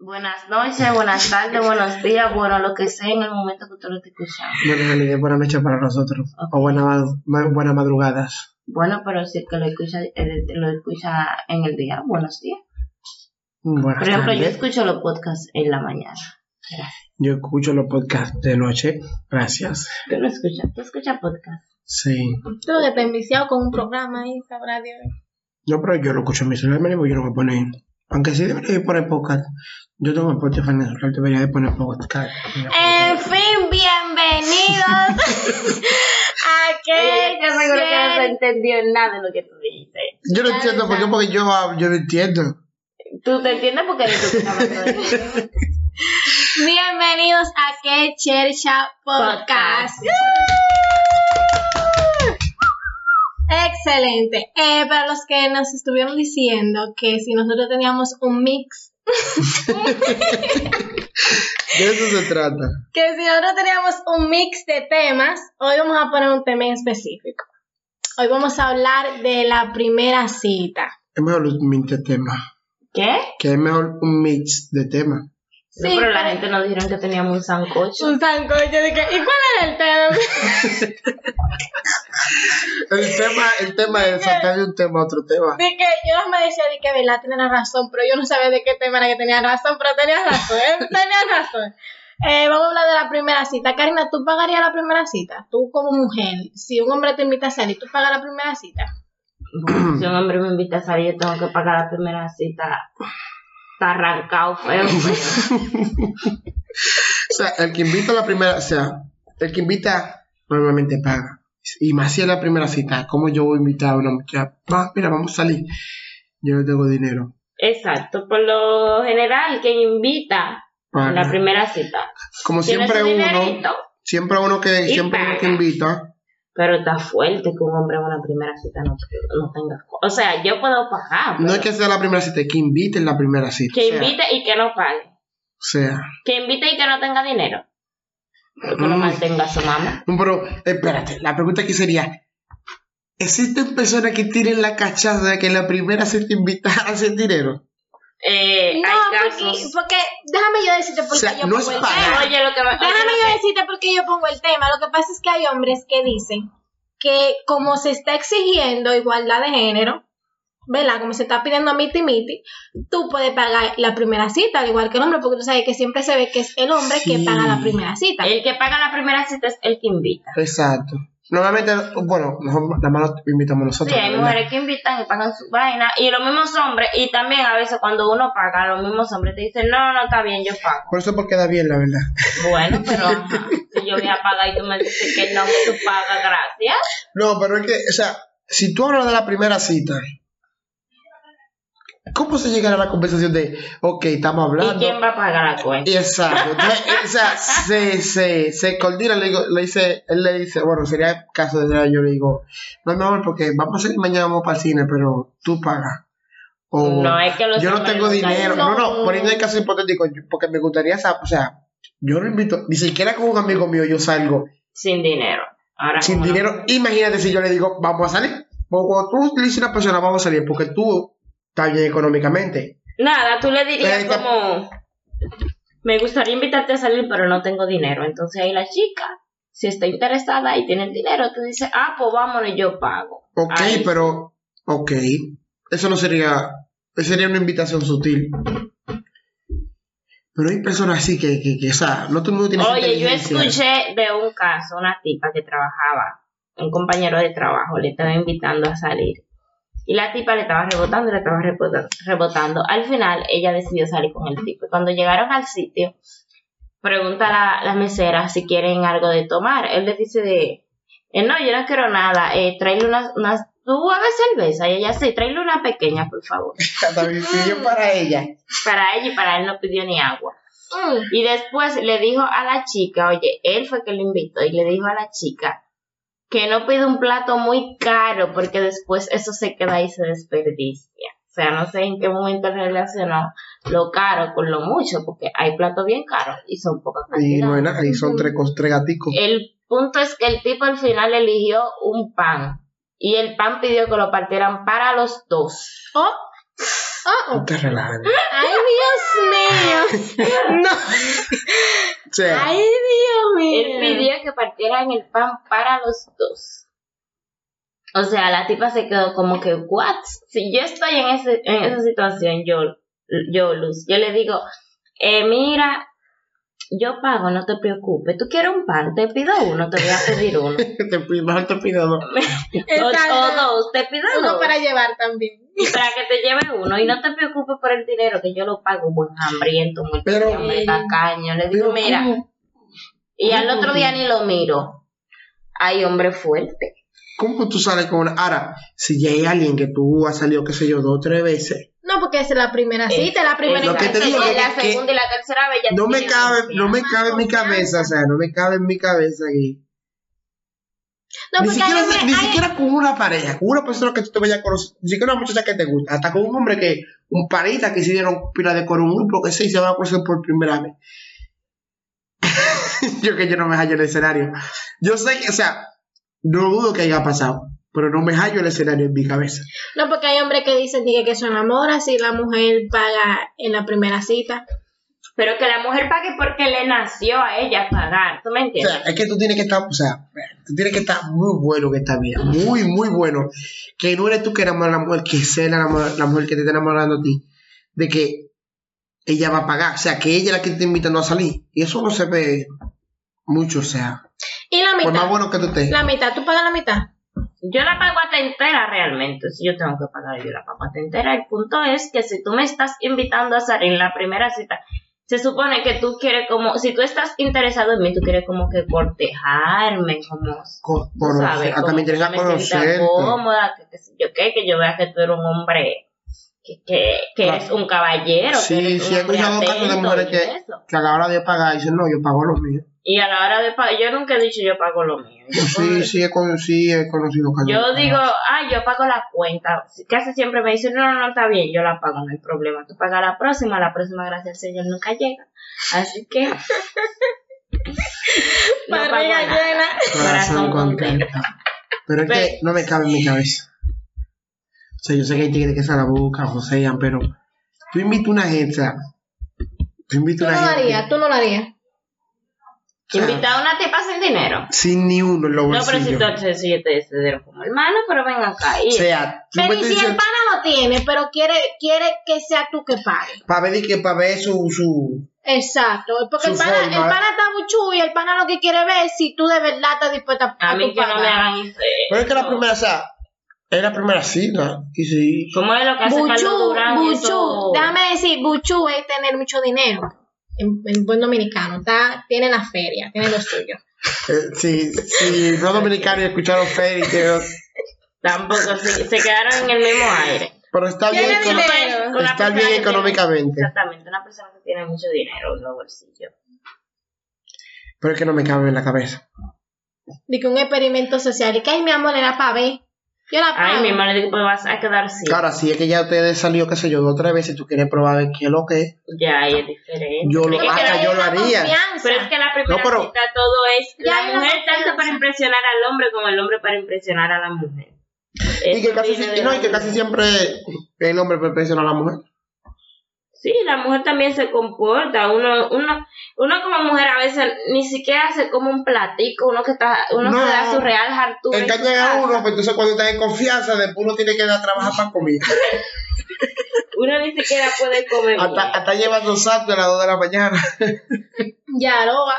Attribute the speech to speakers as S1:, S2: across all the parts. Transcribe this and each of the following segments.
S1: Buenas noches, buenas tardes, buenos días, bueno, lo que sea en el momento que tú lo esté escuchando.
S2: Buenas noches, buenas noches para nosotros. O buenas, ma- ma- buenas madrugadas.
S1: Bueno, pero si el que lo escucha, eh, lo escucha en el día, buenos días.
S2: Buenas
S1: Por ejemplo, yo
S2: tardes.
S1: escucho los podcasts en la mañana.
S2: Yo escucho los podcasts de noche. Gracias.
S1: Tú no escuchas, tú escuchas podcasts.
S2: Sí.
S3: Tú que te enviciado con un programa ahí, sabrá Dios.
S2: No, pero yo lo escucho en mi celular, ¿vale? porque yo no voy a poner. Aunque sí debería de poner podcast. Yo tengo Spotify en el celular, debería de poner podcast.
S3: En fin, bienvenidos a
S1: Ella está segura que no
S3: que
S1: entendió nada de lo que tú dijiste.
S2: Yo no entiendo por qué, porque yo, yo no entiendo.
S1: Tú te entiendes porque eres tú que estás hablando de eso.
S3: bienvenidos a que Chercha Podcast.
S1: Podcast.
S3: Excelente. Eh, para los que nos estuvieron diciendo que si nosotros teníamos un mix
S2: De eso se trata.
S3: que si nosotros teníamos un mix de temas, hoy vamos a poner un tema en específico. Hoy vamos a hablar de la primera cita.
S2: Es mejor un mix de tema.
S1: ¿Qué?
S2: Que es mejor un mix de tema.
S1: No,
S3: Sí,
S1: pero la
S3: pero-
S1: gente nos dijeron que teníamos un sancocho.
S3: Un sancocho de que, ¿y cuál era el tema?
S2: El tema, el tema es sacar de un tema a otro tema.
S3: De que yo me decía de que Vela tenía razón, pero yo no sabía de qué tema era que tenía razón, pero tenía razón, ¿eh? tenía razón. Eh, vamos a hablar de la primera cita. Karina, ¿tú pagarías la primera cita? Tú como mujer, si un hombre te invita a salir, ¿tú pagas la primera cita?
S1: Bueno, si un hombre me invita a salir, yo tengo que pagar la primera cita. Está arrancado feo. feo.
S2: O sea, el que invita a la primera, o sea, el que invita normalmente paga. Y más si es la primera cita, como yo voy a invitar a una muchacha, "Va, mira, vamos a salir. Yo no tengo dinero.
S1: Exacto, por lo general, quien invita
S2: Paga.
S1: en la primera cita.
S2: como
S1: Tiene
S2: Pues siempre
S1: su
S2: uno,
S1: dinerito,
S2: siempre uno que,
S1: y
S2: siempre uno
S1: paga.
S2: que invita,
S1: pero está fuerte que un hombre en una primera cita no, no tenga. O sea, yo puedo pagar.
S2: no es
S1: pero
S2: que sea la primera cita, es que invite en la primera cita.
S1: que
S2: O sea,
S1: invite y que no pague.
S2: O sea,
S1: Que invite y que no tenga dinero. Pero Que no
S2: Mm.
S1: mantenga a su mamá.
S2: no, pero espérate, la pregunta aquí sería, ¿existen personas que tienen la cachaza de que en la primera cita invitan a hacer dinero?
S1: Eh,
S3: No,
S1: hay
S3: porque,
S1: casos.
S3: porque déjame yo decirte por
S2: O
S3: qué
S2: sea,
S3: yo
S2: no
S3: pongo
S2: es
S3: el
S2: pagar.
S3: tema.
S1: Oye, lo que me. oye,
S3: Déjame
S1: lo
S3: yo
S1: que-
S3: decirte por qué yo pongo el tema. Lo que pasa es que hay hombres que dicen que como se está exigiendo igualdad de género, ¿verdad? Como se está pidiendo miti miti, tú puedes pagar la primera cita, al igual que el hombre, porque tú sabes que siempre se ve que es el hombre
S2: Sí. Eh.
S3: que paga la primera cita.
S1: El que paga la primera cita es el que invita.
S2: Exacto. Normalmente, bueno, nosotros nada más nos invitamos nosotros.
S1: Sí, hay
S2: ¿verdad?
S1: mujeres que invitan y pagan su vaina. Y los mismos hombres, y también a veces cuando uno paga, los mismos hombres te dicen, no, no, está bien, yo pago.
S2: Por eso porque da bien, la verdad.
S1: Bueno, pero ajá, si yo voy a pagar y tú me dices que no, que tú pagas, gracias.
S2: No, pero es que, o sea, si tú hablas de la primera cita, ¿cómo se llega a la conversación de, ok, estamos
S1: ¿Y
S2: hablando?
S1: quién va a pagar la cuenta?
S2: Exacto. Entonces, o sea, se, se, se coordina, le, digo- le dice, él le dice, bueno, sería el caso de Drea, yo le digo, no, mi amor, porque vamos a ir mañana vamos para el cine, pero tú pagas. O,
S1: No, es que los
S2: yo no
S1: hombres
S2: tengo
S1: nunca
S2: dinero. No, no,
S3: No.
S2: poniendo el caso hipotético, yo- porque me gustaría, sa- o sea, yo no invito, ni siquiera con un amigo mío yo salgo
S1: Sin dinero. Ahora,
S2: sin
S1: como no-
S2: dinero. Imagínate si yo le digo, vamos a salir. O cuando tú le dices a una persona, vamos a salir, porque tú estás bien económicamente.
S1: Nada, tú le dirías
S2: Eh, ta-
S1: como, me gustaría invitarte a salir, pero no tengo dinero. Entonces ahí la chica, si está interesada y tiene el dinero, tú dices, ah, pues vámonos, yo pago.
S2: Ok,
S1: Ahí
S2: pero, ok. Eso no sería, eso sería una invitación sutil. Pero hay personas así que, que, que, o sea, no todo el mundo tiene esa
S1: Oye, yo
S2: inteligencia.
S1: escuché de un caso, una tipa que trabajaba, un compañero de trabajo le estaba invitando a salir. Y la tipa le estaba rebotando, le estaba rebota- rebotando. Al final, ella decidió salir con el tipo. Y cuando llegaron al sitio, pregunta a la, la mesera si quieren algo de tomar. Él le dice de, eh, no, yo no quiero nada, eh, tráele unas, unas, tú hagas cerveza. Y ella, sí, tráele una pequeña, por favor.
S2: Hasta me pidió para ella.
S1: Para ella y para él no pidió ni agua.
S3: Mm.
S1: Y después le dijo a la chica, oye, él fue que lo invitó y le dijo a la chica que no pide un plato muy caro porque después eso se queda y se desperdicia. O sea, no sé en qué momento relacionó lo caro con lo mucho porque hay platos bien caros y son pocas
S2: Y no
S1: cantidades.
S2: hay nada, ahí son tres, cos- tres gaticos.
S1: El punto es que el tipo al final eligió un pan y el pan pidió que lo partieran para los dos.
S3: Oh, Oh,
S2: No
S3: oh.
S2: te relajes.
S3: Ay, Dios mío.
S2: No. O sea,
S3: Ay, Dios mío.
S1: Él pidió que partieran el pan para los dos. O sea, la tipa se quedó como que, ¿what? Si yo estoy en, ese, en esa situación, yo, yo, Luz, yo le digo, eh, mira, yo pago, no te preocupes. Tú quieres un pan, te pido uno, te voy a pedir uno.
S2: te pido, mejor te pido dos.
S1: o, o
S3: Exacto.
S1: dos, te pido
S3: Uno
S1: dos. Para...
S3: para llevar también.
S1: que te lleve uno. Y no te preocupes por el dinero, que yo lo pago, buen hambriento, muy
S2: Pero-
S1: hambre, tacaño. Le digo,
S2: Pero
S1: mira.
S2: ¿cómo,
S1: Y al otro día ni lo miro. Ay, hombre fuerte.
S2: cómo tú sales con una... Ahora, si ya hay alguien que tú has salido, qué sé yo, dos o tres veces,
S3: No, porque es la primera cita, la primera
S2: lo que te
S1: Exacto.
S2: digo
S1: En
S2: Eh, es
S1: la
S2: que
S1: segunda y la tercera vez ya
S2: no me
S1: tienes
S2: cabe, no me
S3: más
S2: cabe en mi
S3: confianza.
S2: cabeza, o sea, no me cabe en mi cabeza que...
S3: No,
S2: ni
S3: porque
S2: siquiera,
S3: hay hombres-
S2: ni
S3: hay-
S2: siquiera con una pareja, con una persona que tú te vayas a conocer, ni siquiera una muchacha que te gusta, hasta con un hombre que, un parita que se dieron pila de coro, un grupo que sí se va a conocer por primera vez. yo que yo no me hallo en el escenario. Yo sé que, o sea, no dudo que haya pasado, pero no me hallo el escenario en mi cabeza.
S3: no, porque hay hombres que dicen que, que se enamora si la mujer paga en la primera cita.
S1: Pero que la mujer pague porque le nació a ella pagar. ¿Tú me
S2: O sea,
S1: entiendes?
S2: es que tú tienes que estar, o sea, tú tienes que estar muy bueno que esta vida, muy, muy bueno. Que no eres tú que enamoras a la mujer, que sea la, enamor- la mujer que te está enamorando a ti, de que ella va a pagar, o sea, que ella es la que te está invitando a salir. Y eso no se ve mucho, o sea,
S3: Y la
S2: por
S3: mitad.
S2: más bueno que tú estés.
S3: La mitad, tú pagas la mitad.
S1: Yo la pago hasta entera realmente. Si yo tengo que pagar, yo la pago hasta entera. El punto es que si tú me estás invitando a salir en la primera cita, se supone que tú quieres como, si tú estás interesado en mí, tú quieres como que cortejarme, como
S2: Co-
S1: Tú
S2: conocer,
S1: sabes,
S2: hasta
S1: como
S2: me interesa
S1: que yo me sienta
S2: ah, conocerte.
S1: cómoda, que, qué sé yo qué, que yo vea que tú eres un hombre, que, que, que
S2: Claro.
S1: eres un caballero,
S2: Ah. Sí,
S1: que eres
S2: sí,
S1: un
S2: he
S1: hombre
S2: escuchado casos de
S1: atento
S2: mujeres
S1: y
S2: que-
S1: eso.
S2: Que a la hora de pagar dicen, no, yo pago lo mío.
S1: Y a la hora de pagar, yo nunca he dicho yo pago lo mío. Yo,
S2: Sí, sí, he conocido, sí, he conocido casos
S1: yo
S2: de-
S1: digo, ah, yo pago la cuenta. Casi siempre me dicen, no, no, no, está bien, yo la pago, no hay problema. Tú pagas la próxima, la próxima, gracias al Señor, nunca llega. Así que... no pago
S3: Barriga
S1: nada.
S3: llena.
S2: corazón contento. Pero es que no me cabe en mi cabeza. O sea, yo sé que hay tigres que se la busca, josean, pero tú invitas una gente, o sea, tú
S3: Tú
S2: invitas
S3: no
S2: una
S3: lo
S2: gente
S3: harías, tú no lo harías.
S1: Invitar a una tipa sin dinero.
S2: sin ni uno en los
S1: No, pero si
S2: bolsillos.
S1: tú entonces, si yo te decidieron como hermano, pero ven acá. Y
S2: o sea, tú
S3: Pero
S2: me
S3: y
S2: estás
S3: si el
S2: diciendo,
S3: pana no tiene, pero quiere, quiere que sea tú que pague.
S2: para ver, que, para ver su, su...
S3: Exacto. Porque
S2: Su
S3: el pana, el
S2: forma.
S3: pana está muy chulo y el pana lo que quiere ver es si tú de verdad estás dispuesta a,
S1: a mí
S3: tú
S1: que no me
S3: pagar.
S1: hagan eso.
S2: Pero es que la primera, o sea, es la primera cita. Y sí,
S1: ¿Cómo es lo que hace Carlos
S3: Buchú,
S1: Durán?
S3: Buchú,
S1: Eso-
S3: déjame decir, Buchú es tener mucho dinero. En, en buen dominicano, está, tiene la feria, tiene lo suyo.
S2: eh, sí, sí, los dominicanos escucharon Félix,
S1: Tampoco, se, se quedaron en el mismo aire.
S2: pero está bien,
S3: Tiene
S2: econo-
S3: dinero.
S1: Una
S2: está
S1: persona que
S2: bien
S1: tiene-
S2: económicamente.
S1: Exactamente, una persona que tiene mucho dinero en los bolsillos.
S2: Pero es que no me cabe en la cabeza.
S3: De que un experimento social. Y que, ay, mi amor, era para ver. Yo la pago.
S1: Ay, mi hermano, le digo, pues vas a quedar sin.
S2: Ahora, si es que ya te salió, qué sé yo, dos o tres veces, tú quieres probar a ver qué es lo que es.
S1: Ya, ahí es diferente.
S2: Yo lo-
S1: Es que
S3: Porque
S2: hasta
S1: la-
S3: hay
S2: yo lo
S3: una
S2: haría.
S3: confianza.
S1: Pero es que la primera
S2: No, pero-
S1: cita todo es
S3: Ya
S1: la
S3: hay una
S1: mujer tanto
S3: confianza.
S1: para impresionar al hombre como el hombre para impresionar a la mujer.
S2: Y que
S1: Eso
S2: casi,
S1: viene
S2: si-
S1: de
S2: no,
S1: la
S2: y que
S1: mujer.
S2: casi siempre el hombre presiona a la mujer.
S1: Sí, la mujer también se comporta. Uno, uno, uno como mujer a veces ni siquiera se come un platico. Uno que está, uno
S2: No,
S1: se da su real hartura. en su
S2: Engañan a
S1: casa.
S2: uno, pero entonces cuando estás en confianza, después uno tiene que dar a trabajar para comer.
S1: Uno ni siquiera puede comer.
S2: Hasta,
S1: bien.
S2: hasta llevando salto a las 2 de la mañana.
S3: Ya lo va.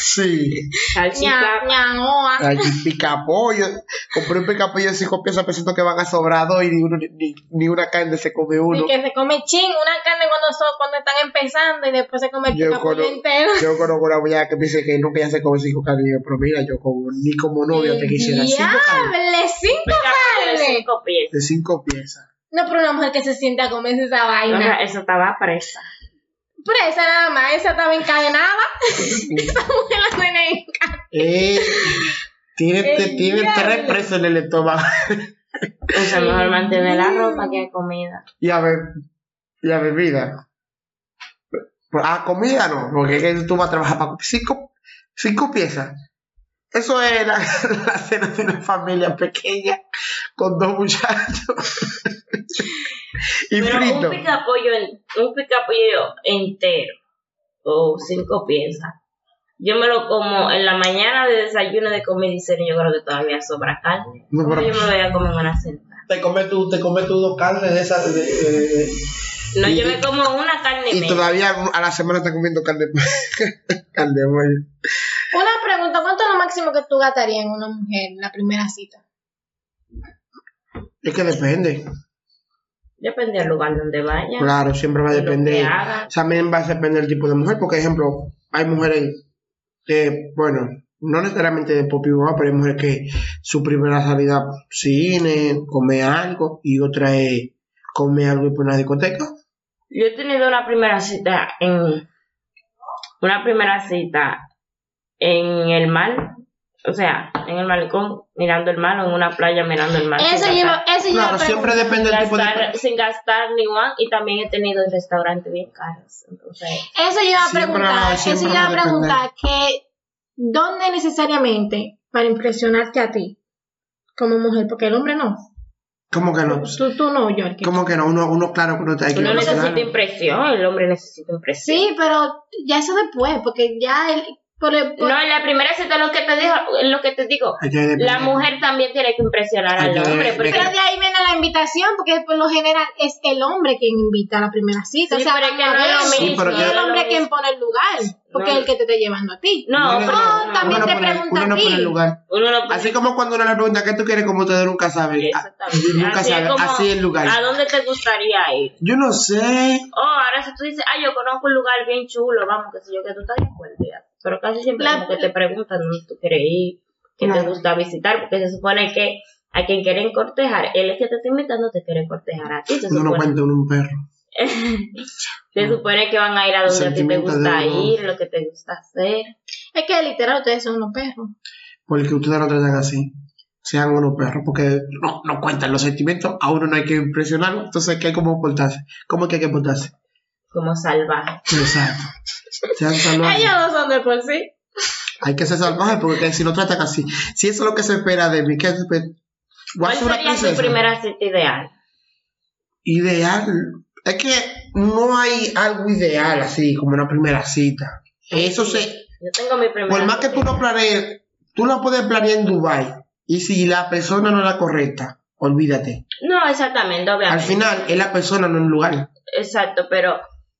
S2: Sí.
S1: Salchicha.
S3: Ña- ñaoa.
S2: Ay, picapollo. Compré un picapollo de 5 piezas pensando que van a sobrar dos y ni, uno, ni, ni una carne se come uno.
S3: Y que se come chin, una carne cuando, son, cuando están empezando y después se come el
S2: Yo
S3: picapollo
S2: cono-
S3: entero.
S2: Yo conozco una mujer que me dice que nunca ya se come cinco carnes. Y yo, pero mira, yo como, ni como novio te quisiera cinco carnes
S3: ¡Diable! ¡Cinco
S1: Picapollo de
S3: carnes!
S1: cinco pies.
S2: de cinco piezas.
S3: No, pero una mujer que se sienta a comerse esa
S1: O sea,
S3: vaina.
S1: esa estaba presa.
S3: Pero esa nada más, esa estaba encadenada. esa mujer la tiene encadenada.
S2: Eh, tiene, te-
S3: El
S2: tiene tres
S3: diablo.
S2: presas en el estómago.
S1: O sea, mejor mantener la ropa que la comida.
S2: Y a, ver, y a bebida. Ah, A comida no, porque es que tú vas a trabajar para cinco, cinco piezas. Eso era la cena de una familia pequeña con dos muchachos y
S1: Pero
S2: frito.
S1: un picapollo, en- un picapollo entero o cinco piezas. Yo me lo como en la mañana de desayuno de comida y cena. Yo creo que todavía sobra carne.
S2: No,
S1: ¿Cómo
S2: pero-
S1: yo me voy a comer una cena.
S4: Te comes tú, te comes tú dos carnes de esas. de- de- de-
S1: No,
S2: Y-
S1: yo me como una carne y
S2: Y
S1: media.
S2: todavía a la semana está comiendo carne, carne de pollo.
S3: Una pregunta, ¿cuánto es lo máximo que tú gastarías en una mujer en la primera cita?
S2: Es que depende.
S1: Depende del lugar donde vaya.
S2: Claro, siempre va a
S1: Y lo que
S2: depender.
S1: haga.
S2: También va a depender del tipo de mujer, porque, ejemplo, hay mujeres que, bueno, no necesariamente de pop y boba, pero hay mujeres que su primera salida cine, comer algo, y otra es comer algo y por una discoteca.
S1: Yo he tenido una primera cita en. Una primera cita en el mar. O sea, en el malecón, mirando el mar o en una playa mirando el mar.
S3: Eso
S1: sin
S3: lleva,
S1: gastar-
S3: eso lleva.
S2: Claro, siempre depende
S1: sin
S2: del tipo de...
S1: gastar, sin gastar ni one y también he tenido restaurantes bien caros. Entonces,
S3: Eso yo iba a
S2: Siempre
S3: preguntar,
S2: va- siempre
S3: eso yo iba
S2: va
S3: a
S2: a depender.
S3: preguntar que ¿dónde necesariamente para impresionarte a ti como mujer? Porque el hombre no.
S2: ¿Cómo que no?
S3: Tú, tú no, Yorkie.
S2: ¿Cómo que no? Uno, uno claro que uno te hay que
S1: uno necesita
S2: relacionar.
S1: impresión, el hombre necesita impresión.
S3: Sí, pero ya eso después, porque ya el, por el- por-
S1: No, en la primera cita lo que te digo, lo que te digo,
S2: Hay que depender.
S1: la mujer también tiene que impresionar al
S2: Hay que-
S1: hombre, porque
S3: pero de ahí viene la invitación, porque por lo general es el hombre quien invita a la primera cita.
S1: Sí,
S3: o sea,
S1: pero es que
S3: vamos
S1: no
S3: a
S1: es lo
S3: ver,
S2: Sí,
S1: mismo.
S2: pero
S3: y
S2: que-
S3: es el hombre
S1: No,
S3: quien pone el lugar, porque
S1: No.
S3: es el que te está llevando a ti.
S1: No,
S2: Uno
S1: pero-
S3: no, también
S2: uno
S3: te
S2: no pone-
S3: pregunta
S2: uno no
S3: a ti.
S2: pone el lugar.
S1: uno no puede-
S2: Así como cuando uno le pregunta qué tú quieres, como ustedes nunca saben.
S1: Exactamente.
S2: Nunca
S1: Así es
S2: sabe,
S1: como,
S2: así es el lugar.
S1: ¿A dónde te gustaría ir?
S2: Yo no sé.
S1: Oh, ahora si tú dices, ah, yo conozco un lugar bien chulo, vamos, que sé yo, que tú estás de acuerdo ya. Pero casi siempre
S3: La-
S1: como que te preguntan dónde tú quieres ir, qué te
S2: Claro.
S1: gusta visitar, porque se supone que a quien quieren cortejar, él es que te está invitando, te quiere cortejar a ti. Se
S2: Uno no
S1: supone,
S2: cuenta uno un perro.
S1: se supone que van a ir a donde a ti te
S2: Sentimiento de
S1: gusta
S2: uno.
S1: ir, lo que te gusta hacer.
S3: Es que literal ustedes son unos perros.
S2: Porque ustedes lo tratan así. Sean unos perros. Porque no, no cuentan los sentimientos. A uno no hay que impresionarlo. Entonces, ¿qué hay como portarse? ¿Cómo que hay que portarse?
S1: Como salvaje.
S2: Exacto. Sean salvajes.
S3: Ellos no son de por sí.
S2: Hay que ser salvajes porque si no tratan así. Si eso es lo que se espera de mí, ¿qué se espera? Voy a
S1: ¿Cuál
S2: ser una
S1: sería tu
S2: princesa.
S1: primera cita ideal?
S2: Ideal. Es que no hay algo ideal así como una primera cita. Eso se,
S1: Yo tengo mi primera
S2: Por más que
S1: cita
S2: tú no planees, tú la puedes planear en Dubai y si la persona no es la correcta, olvídate.
S1: No, exactamente,
S2: Al
S1: obviamente.
S2: final es la persona, no el lugar.
S1: Exacto, pero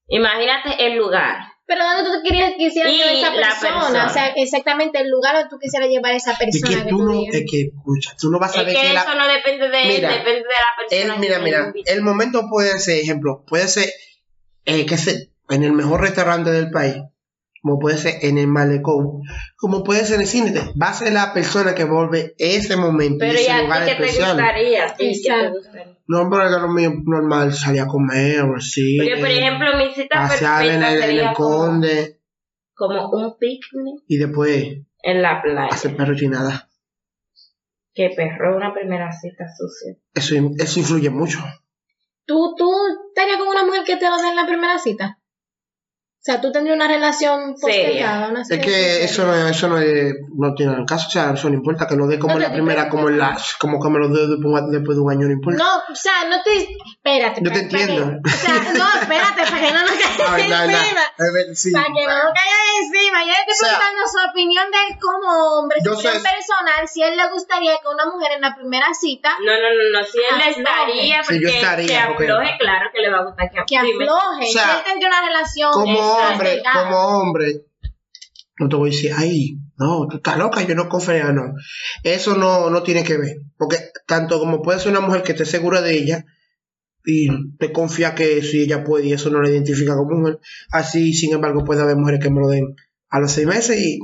S1: imagínate el lugar.
S3: Pero ¿dónde tú querías, quisieras
S1: Y
S3: llevar esa
S1: la
S3: persona?
S1: persona.
S3: O sea, exactamente el lugar donde tú quisieras llevar a esa
S2: Es
S3: persona
S2: que
S3: que
S2: tú
S3: tú
S2: no,
S3: digas.
S2: es que escucha, tú no vas a
S1: Es
S2: ver
S1: que
S2: que
S1: eso
S2: la,
S1: no depende de
S2: Mira,
S1: él, depende de la persona.
S2: él,
S1: que
S2: mira,
S1: me
S2: mira,
S1: invite.
S2: el momento puede ser, ejemplo, puede ser eh, que se, en el mejor restaurante del país, como puede ser en el malecón, como puede ser en el cine, va a ser la persona que vuelve ese momento,
S1: Pero
S2: ese
S1: ya
S2: lugar
S1: a ti que te
S2: especial.
S1: gustaría, a ti que te
S3: Exacto.
S1: gustaría.
S2: No, pero era lo mío normal, salir a comer o eh, así.
S1: Porque, por ejemplo, mi cita perfecta
S2: pasear en el, en el
S1: sería como,
S2: conde
S1: como un picnic
S2: y después
S1: en la playa.
S2: hacer perrochinada.
S1: Que perro, una primera cita sucia.
S2: Eso, eso influye mucho.
S3: ¿Tú, tú estarías con una mujer que te va a hacer en la primera cita? O sea, tú tendrías una relación
S1: Seria.
S3: postergada, una
S2: Es que eso no, eso no, es- no tiene el caso, o sea, eso no importa, que lo dé como
S3: No,
S2: en la
S3: te-
S2: primera,
S3: te-
S2: como en la, como que me lo dé después después de un año, no importa.
S3: No, o sea, no te... Espérate.
S2: Yo te
S3: pa- pa-
S2: entiendo.
S3: que- O sea, no, espérate, para que no nos caiga
S2: Ay, la- la-
S3: encima.
S2: a ver, sí.
S3: Para que no nos caiga encima. Yo estoy
S2: sea,
S3: preguntando su opinión de él como hombre, su
S2: yo sé-
S3: opinión personal, si a él le gustaría que una mujer en la primera cita
S1: Ah, No, no, no, Ah, no, si él
S3: Afloje.
S1: estaría,
S2: Sí,
S1: porque
S2: yo estaría,
S1: que
S2: porque-
S1: afloje, claro que le va a gustar que
S3: que
S1: afloje.
S2: O
S3: afloje,
S2: sea,
S3: que él tendría una relación
S2: Como hombre,
S3: postergada.
S2: como hombre, no te voy a decir, ay, no, tú estás loca, yo no confío, no. Eso no, no tiene que ver. Porque tanto como puede ser una mujer que esté segura de ella y te confía que si ella puede y eso no la identifica como mujer, así, sin embargo, puede haber mujeres que me lo den a los seis meses y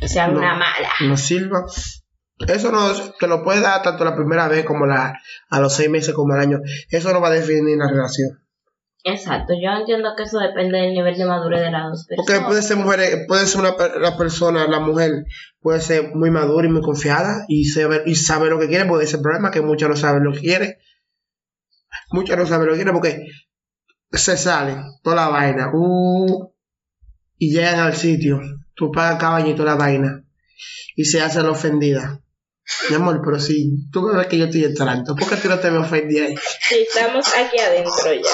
S1: O sea,
S2: No.
S1: una mala.
S2: no sirva. Eso no te lo puede dar tanto la primera vez como la, a los seis meses como al año. Eso no va a definir la relación.
S1: Exacto, yo entiendo que eso depende del nivel de madurez de las dos personas.
S2: Porque puede ser mujer, puede ser una per- la persona, la mujer, puede ser muy madura y muy confiada y sabe, y sabe lo que quiere, porque ese es el problema que muchas no saben lo que quiere. Muchas no saben lo que quiere porque se sale toda la vaina. uh, y llegan al sitio. Tú pagas cabaña y toda la vaina. y se hace la ofendida. Mi amor, pero si tú me ves que yo estoy entrando, ¿por qué tú no te me ofendí ahí?
S1: Sí, estamos aquí adentro ya.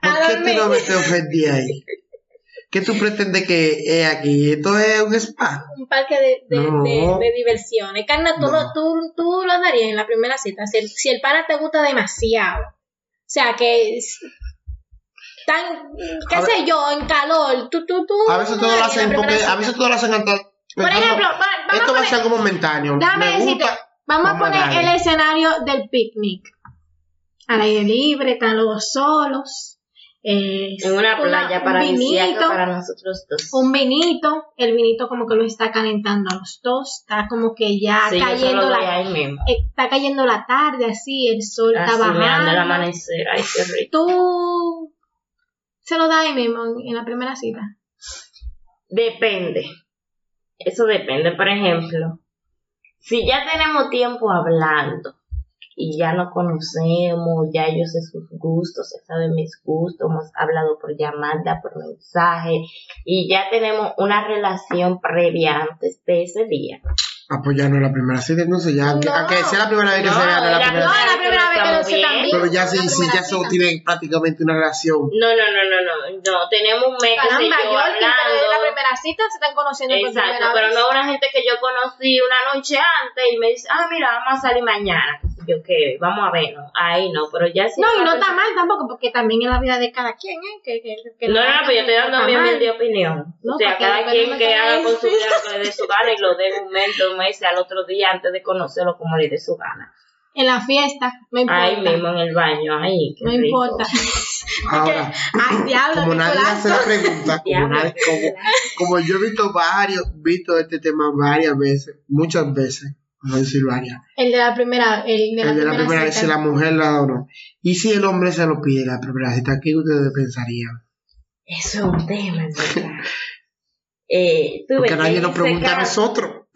S2: ¿Por
S3: A
S2: qué tú no me
S3: dormir.
S2: te ofendí ahí? ¿Qué tú pretendes que es aquí? ¿Esto es un spa?
S3: Un parque de, de,
S2: No.
S3: de- de diversiones. Carna, tú,
S2: No.
S3: tú, tú lo darías en la primera cita. Si el, si el pana te gusta demasiado. O sea, que. es- Tan, qué
S2: A
S3: sé yo, en calor. Tú, tú, tú.
S2: A veces
S3: tú
S2: todos lo
S3: darías
S2: hacen
S3: en la primera
S2: porque a
S3: cita.
S2: veces todos lo hacen antes.
S3: Por ejemplo, va- vamos
S2: esto va
S3: a
S2: a
S3: poner-
S2: ser algo momentáneo.
S3: Déjame
S2: Me
S3: decirte,
S2: gusta.
S3: vamos a
S2: vamos a
S3: poner
S2: darle.
S3: el escenario del picnic. Al aire libre, están los dos solos. eh,
S1: En una
S3: un
S1: playa paradisíaca
S3: vinito,
S1: para nosotros dos.
S3: Un vinito, el vinito como que lo está calentando a los dos, está como que ya
S1: Sí, yo solo
S3: cayendo
S1: doy
S3: la
S1: ahí mismo.
S3: eh, está cayendo la tarde así, el sol
S1: Así
S3: está
S1: mirando el
S3: bajando.
S1: amanecer. Ay, qué rico.
S3: Tú se lo das ahí mismo en- en la primera cita.
S1: Depende. Eso depende, por ejemplo. Si ya tenemos tiempo hablando y ya nos conocemos, ya yo sé sus gustos, se sabe mis gustos, hemos hablado por llamada, por mensaje y ya tenemos una relación previa antes de ese día.
S2: Apoyarnos en la primera cita, entonces ya.
S3: No.
S2: A que sea la primera vez que
S1: No,
S2: se vean en la
S1: era-
S2: primera
S1: Pero
S3: No, es
S1: es
S3: la
S1: que
S3: primera
S1: no
S3: vez que
S1: estamos
S3: no se están
S1: bien.
S3: viendo,
S2: Pero ya
S3: la
S2: sí, sí,
S3: primera
S2: ya se
S3: cita.
S2: tienen prácticamente una relación.
S1: No, no, no, no, no, no. Tenemos un mes que sé
S3: Caramba,
S1: yo
S3: yo al final de la
S1: hablando.
S3: primera cita se están conociendo por
S1: Exacto,
S3: primera
S1: pero
S3: vez.
S1: no una gente que yo conocí una noche antes y me dice, ah, mira, vamos a salir mañana. Qué sé Yo qué, vamos a vernos. Ahí no, pero ya sí.
S3: No, y no está mal tampoco, porque también es la vida de cada quien, ¿eh? Que, que, que
S1: No, no, no, pero yo estoy
S3: está
S1: dando mi
S3: mal.
S1: humilde opinión.
S3: No,
S1: o sea,
S3: porque
S1: cada
S3: después no
S1: quien
S3: me
S1: que
S3: caiga
S1: haga
S3: ahí.
S1: con su vida lo que le dé su gana y lo dé un mes, dos meses, al otro día antes de conocerlo como le dé su gana.
S3: En la fiesta, no importa.
S1: Ahí mismo en el baño, ahí. qué
S3: no
S1: rico.
S3: importa.
S2: Ahora,
S3: Ay, diablo,
S2: como
S3: qué
S2: nadie
S3: culazo.
S2: hace la pregunta, como,
S1: Diablo,
S2: nadie-
S1: qué
S2: como- como yo he visto varios, visto este tema varias veces, muchas veces, no decir varias.
S3: El de la primera, el de la
S2: El de
S3: primera,
S2: la primera vez, si
S3: cita.
S2: la mujer la da o no. Y si el hombre se lo pide la primera cita, ¿qué ustedes pensarían?
S1: Eso es un tema, en ¿verdad? Eh, tú
S3: Pues,
S2: Porque
S1: ves,
S2: nadie nos
S1: se
S2: pregunta a
S1: casa.
S2: nosotros.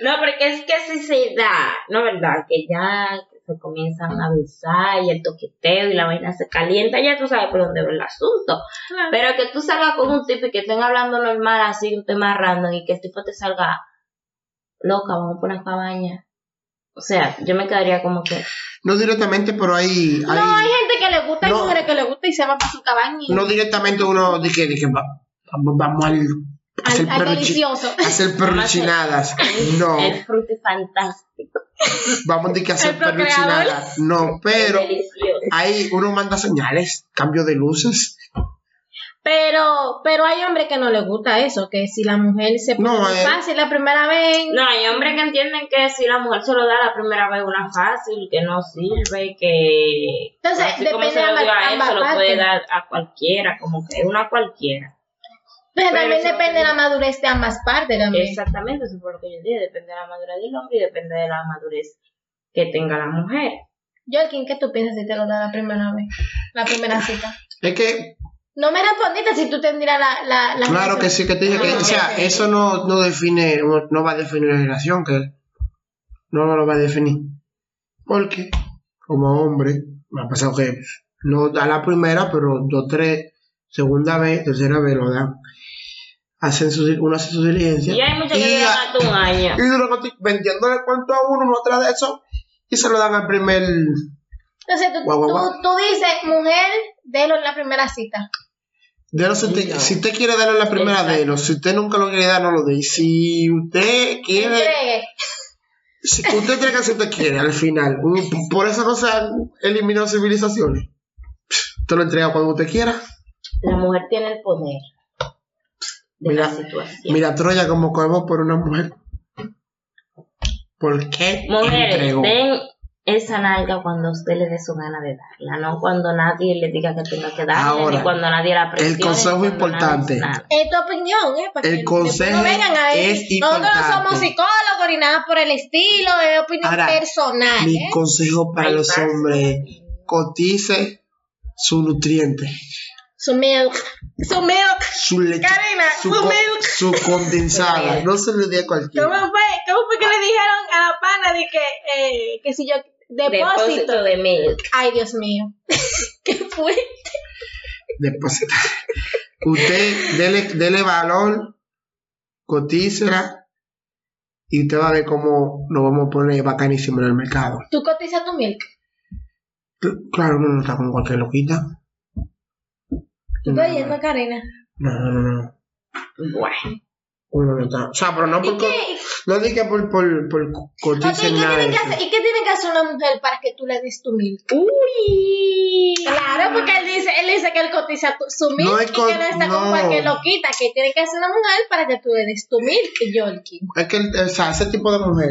S1: No, porque es que si se da, no verdad, que ya se comienzan a besar y el toqueteo y la vaina se calienta, ya tú sabes por dónde va el asunto.
S3: Claro.
S1: Pero que tú salgas con un tipo y que estén hablando normal, así un tema random y que el tipo te salga loca, vamos por una cabaña. O sea, yo me quedaría como que.
S2: No directamente, pero hay... hay
S3: No, hay gente que le gusta, hay
S2: No.
S3: mujeres que le gusta y se va para su cabaña. y-
S2: no directamente uno dice que, de que va- vamos, vamos al, a hacer
S3: al, al
S2: perruchi-
S3: delicioso.
S2: a hacer perruchinadas. No,
S1: El fruto es fantástico.
S2: vamos de que a hacer
S3: El procreador.
S2: perruchinadas. No, pero
S1: es delicioso.
S2: ahí uno manda señales, cambio de luces.
S3: Pero, pero hay hombres que no les gusta eso, que si la mujer se pone
S2: No,
S3: muy
S2: eh.
S3: fácil la primera vez,
S1: No, hay hombres que entienden que si la mujer se lo da la primera vez una fácil, que no sirve, que...
S3: Entonces,
S1: así como
S3: depende
S1: se lo
S3: ambas-
S1: dio a él,
S3: ambas
S1: se lo puede
S3: partes.
S1: dar a cualquiera, como que una cualquiera. Pero
S3: pero también
S1: eso-
S3: depende de la madurez de ambas partes también.
S1: Exactamente, eso fue lo que yo dije, depende de la madurez del hombre y depende de la madurez que tenga la mujer.
S3: Joaquín, ¿qué tú piensas si te lo da la primera vez? La primera cita.
S2: Es que,
S3: No me respondiste si tú tendrías la, la, la
S2: claro
S3: relación.
S2: que sí, que te dije que, o sea, eso no, no define, no va a definir la relación, que no lo va a definir. Porque, como hombre, me ha pasado que no da la primera, pero dos, tres, segunda vez, tercera vez lo dan. Hacen su, uno hace su diligencia.
S1: Y hay muchas que llegan
S2: a-
S1: hasta un año.
S2: y luego estoy vendiéndole cuánto a uno, uno atrás de eso, y se lo dan al primer.
S3: Entonces tú,
S2: Guau, guau,
S3: tú-
S2: guau.
S3: tú dices, mujer, délo en la primera cita.
S2: Delo si, usted, si usted quiere darlo en la primera,
S1: Exacto.
S2: délo. Si usted nunca lo quiere dar, no lo dé. Y Si usted quiere.
S3: Entregue.
S2: si- usted tiene que hacer lo que quiere al final. Un- Por esa cosa eliminó civilizaciones. Te lo entrega cuando usted quiera.
S1: La mujer tiene el poder de
S2: Mira,
S1: la situación.
S2: mira Troya como comemos por una mujer. ¿Por qué
S1: Mujeres,
S2: entregó?
S1: den esa nalga cuando a usted le dé su gana de darla, no cuando nadie le diga que tenga que darla,
S2: Ahora,
S1: ni cuando nadie la presione.
S2: el consejo
S1: ni cuando
S2: importante.
S1: nadie nada.
S3: Es tu opinión, ¿eh? Para
S2: El
S3: que después
S2: consejo
S3: no vengan a
S2: es
S3: decir, Nosotros no somos
S2: importante.
S3: psicólogos ni nada por el estilo, es opinión
S2: Ahora,
S3: personal,
S2: Mi
S3: ¿eh?
S2: consejo para
S1: Ahí
S2: los
S1: pasa.
S2: hombres: cotice su nutriente,
S3: Su milk. Su milk.
S2: su leche,
S3: Karina,
S2: su,
S3: su
S2: co-
S3: milk.
S2: su condensada. No se le dé a
S3: ¿Cómo
S2: cualquiera.
S3: fue? ¿Cómo fue que le dijeron a la pana de que, eh, que si yo depósito?
S1: Depósito de milk.
S3: Ay, Dios mío. ¿Qué fue?
S2: Deposita. Usted dele, dele valor, cotícela, Y usted va a ver cómo nos vamos a poner bacanísimo en el mercado.
S3: Tú cotizas tu milk.
S2: Cl- Claro, uno no está con cualquier loquita.
S3: Tú
S2: No,
S3: estás yendo, Karina.
S2: No, no, no, no.
S1: Bueno.
S2: Uno no está. O sea, pero no
S3: ¿Y
S2: por. co-
S3: qué?
S2: No dije por, por, por co-
S3: Ok, ¿qué
S2: cotice ni nada de
S3: tiene que
S2: eso.
S3: hacer- ¿Y qué tiene que hacer una mujer para que tú le des tu milk?
S1: Uy.
S3: Claro, porque él dice, él dice que él cotiza tu- su milk
S2: No
S3: y
S2: es co-
S3: que no está
S2: no.
S3: con cualquier loquita. ¿Qué tiene que hacer una mujer para que tú le des tu milk, Yolki?
S2: Es que, o sea, ese tipo de mujer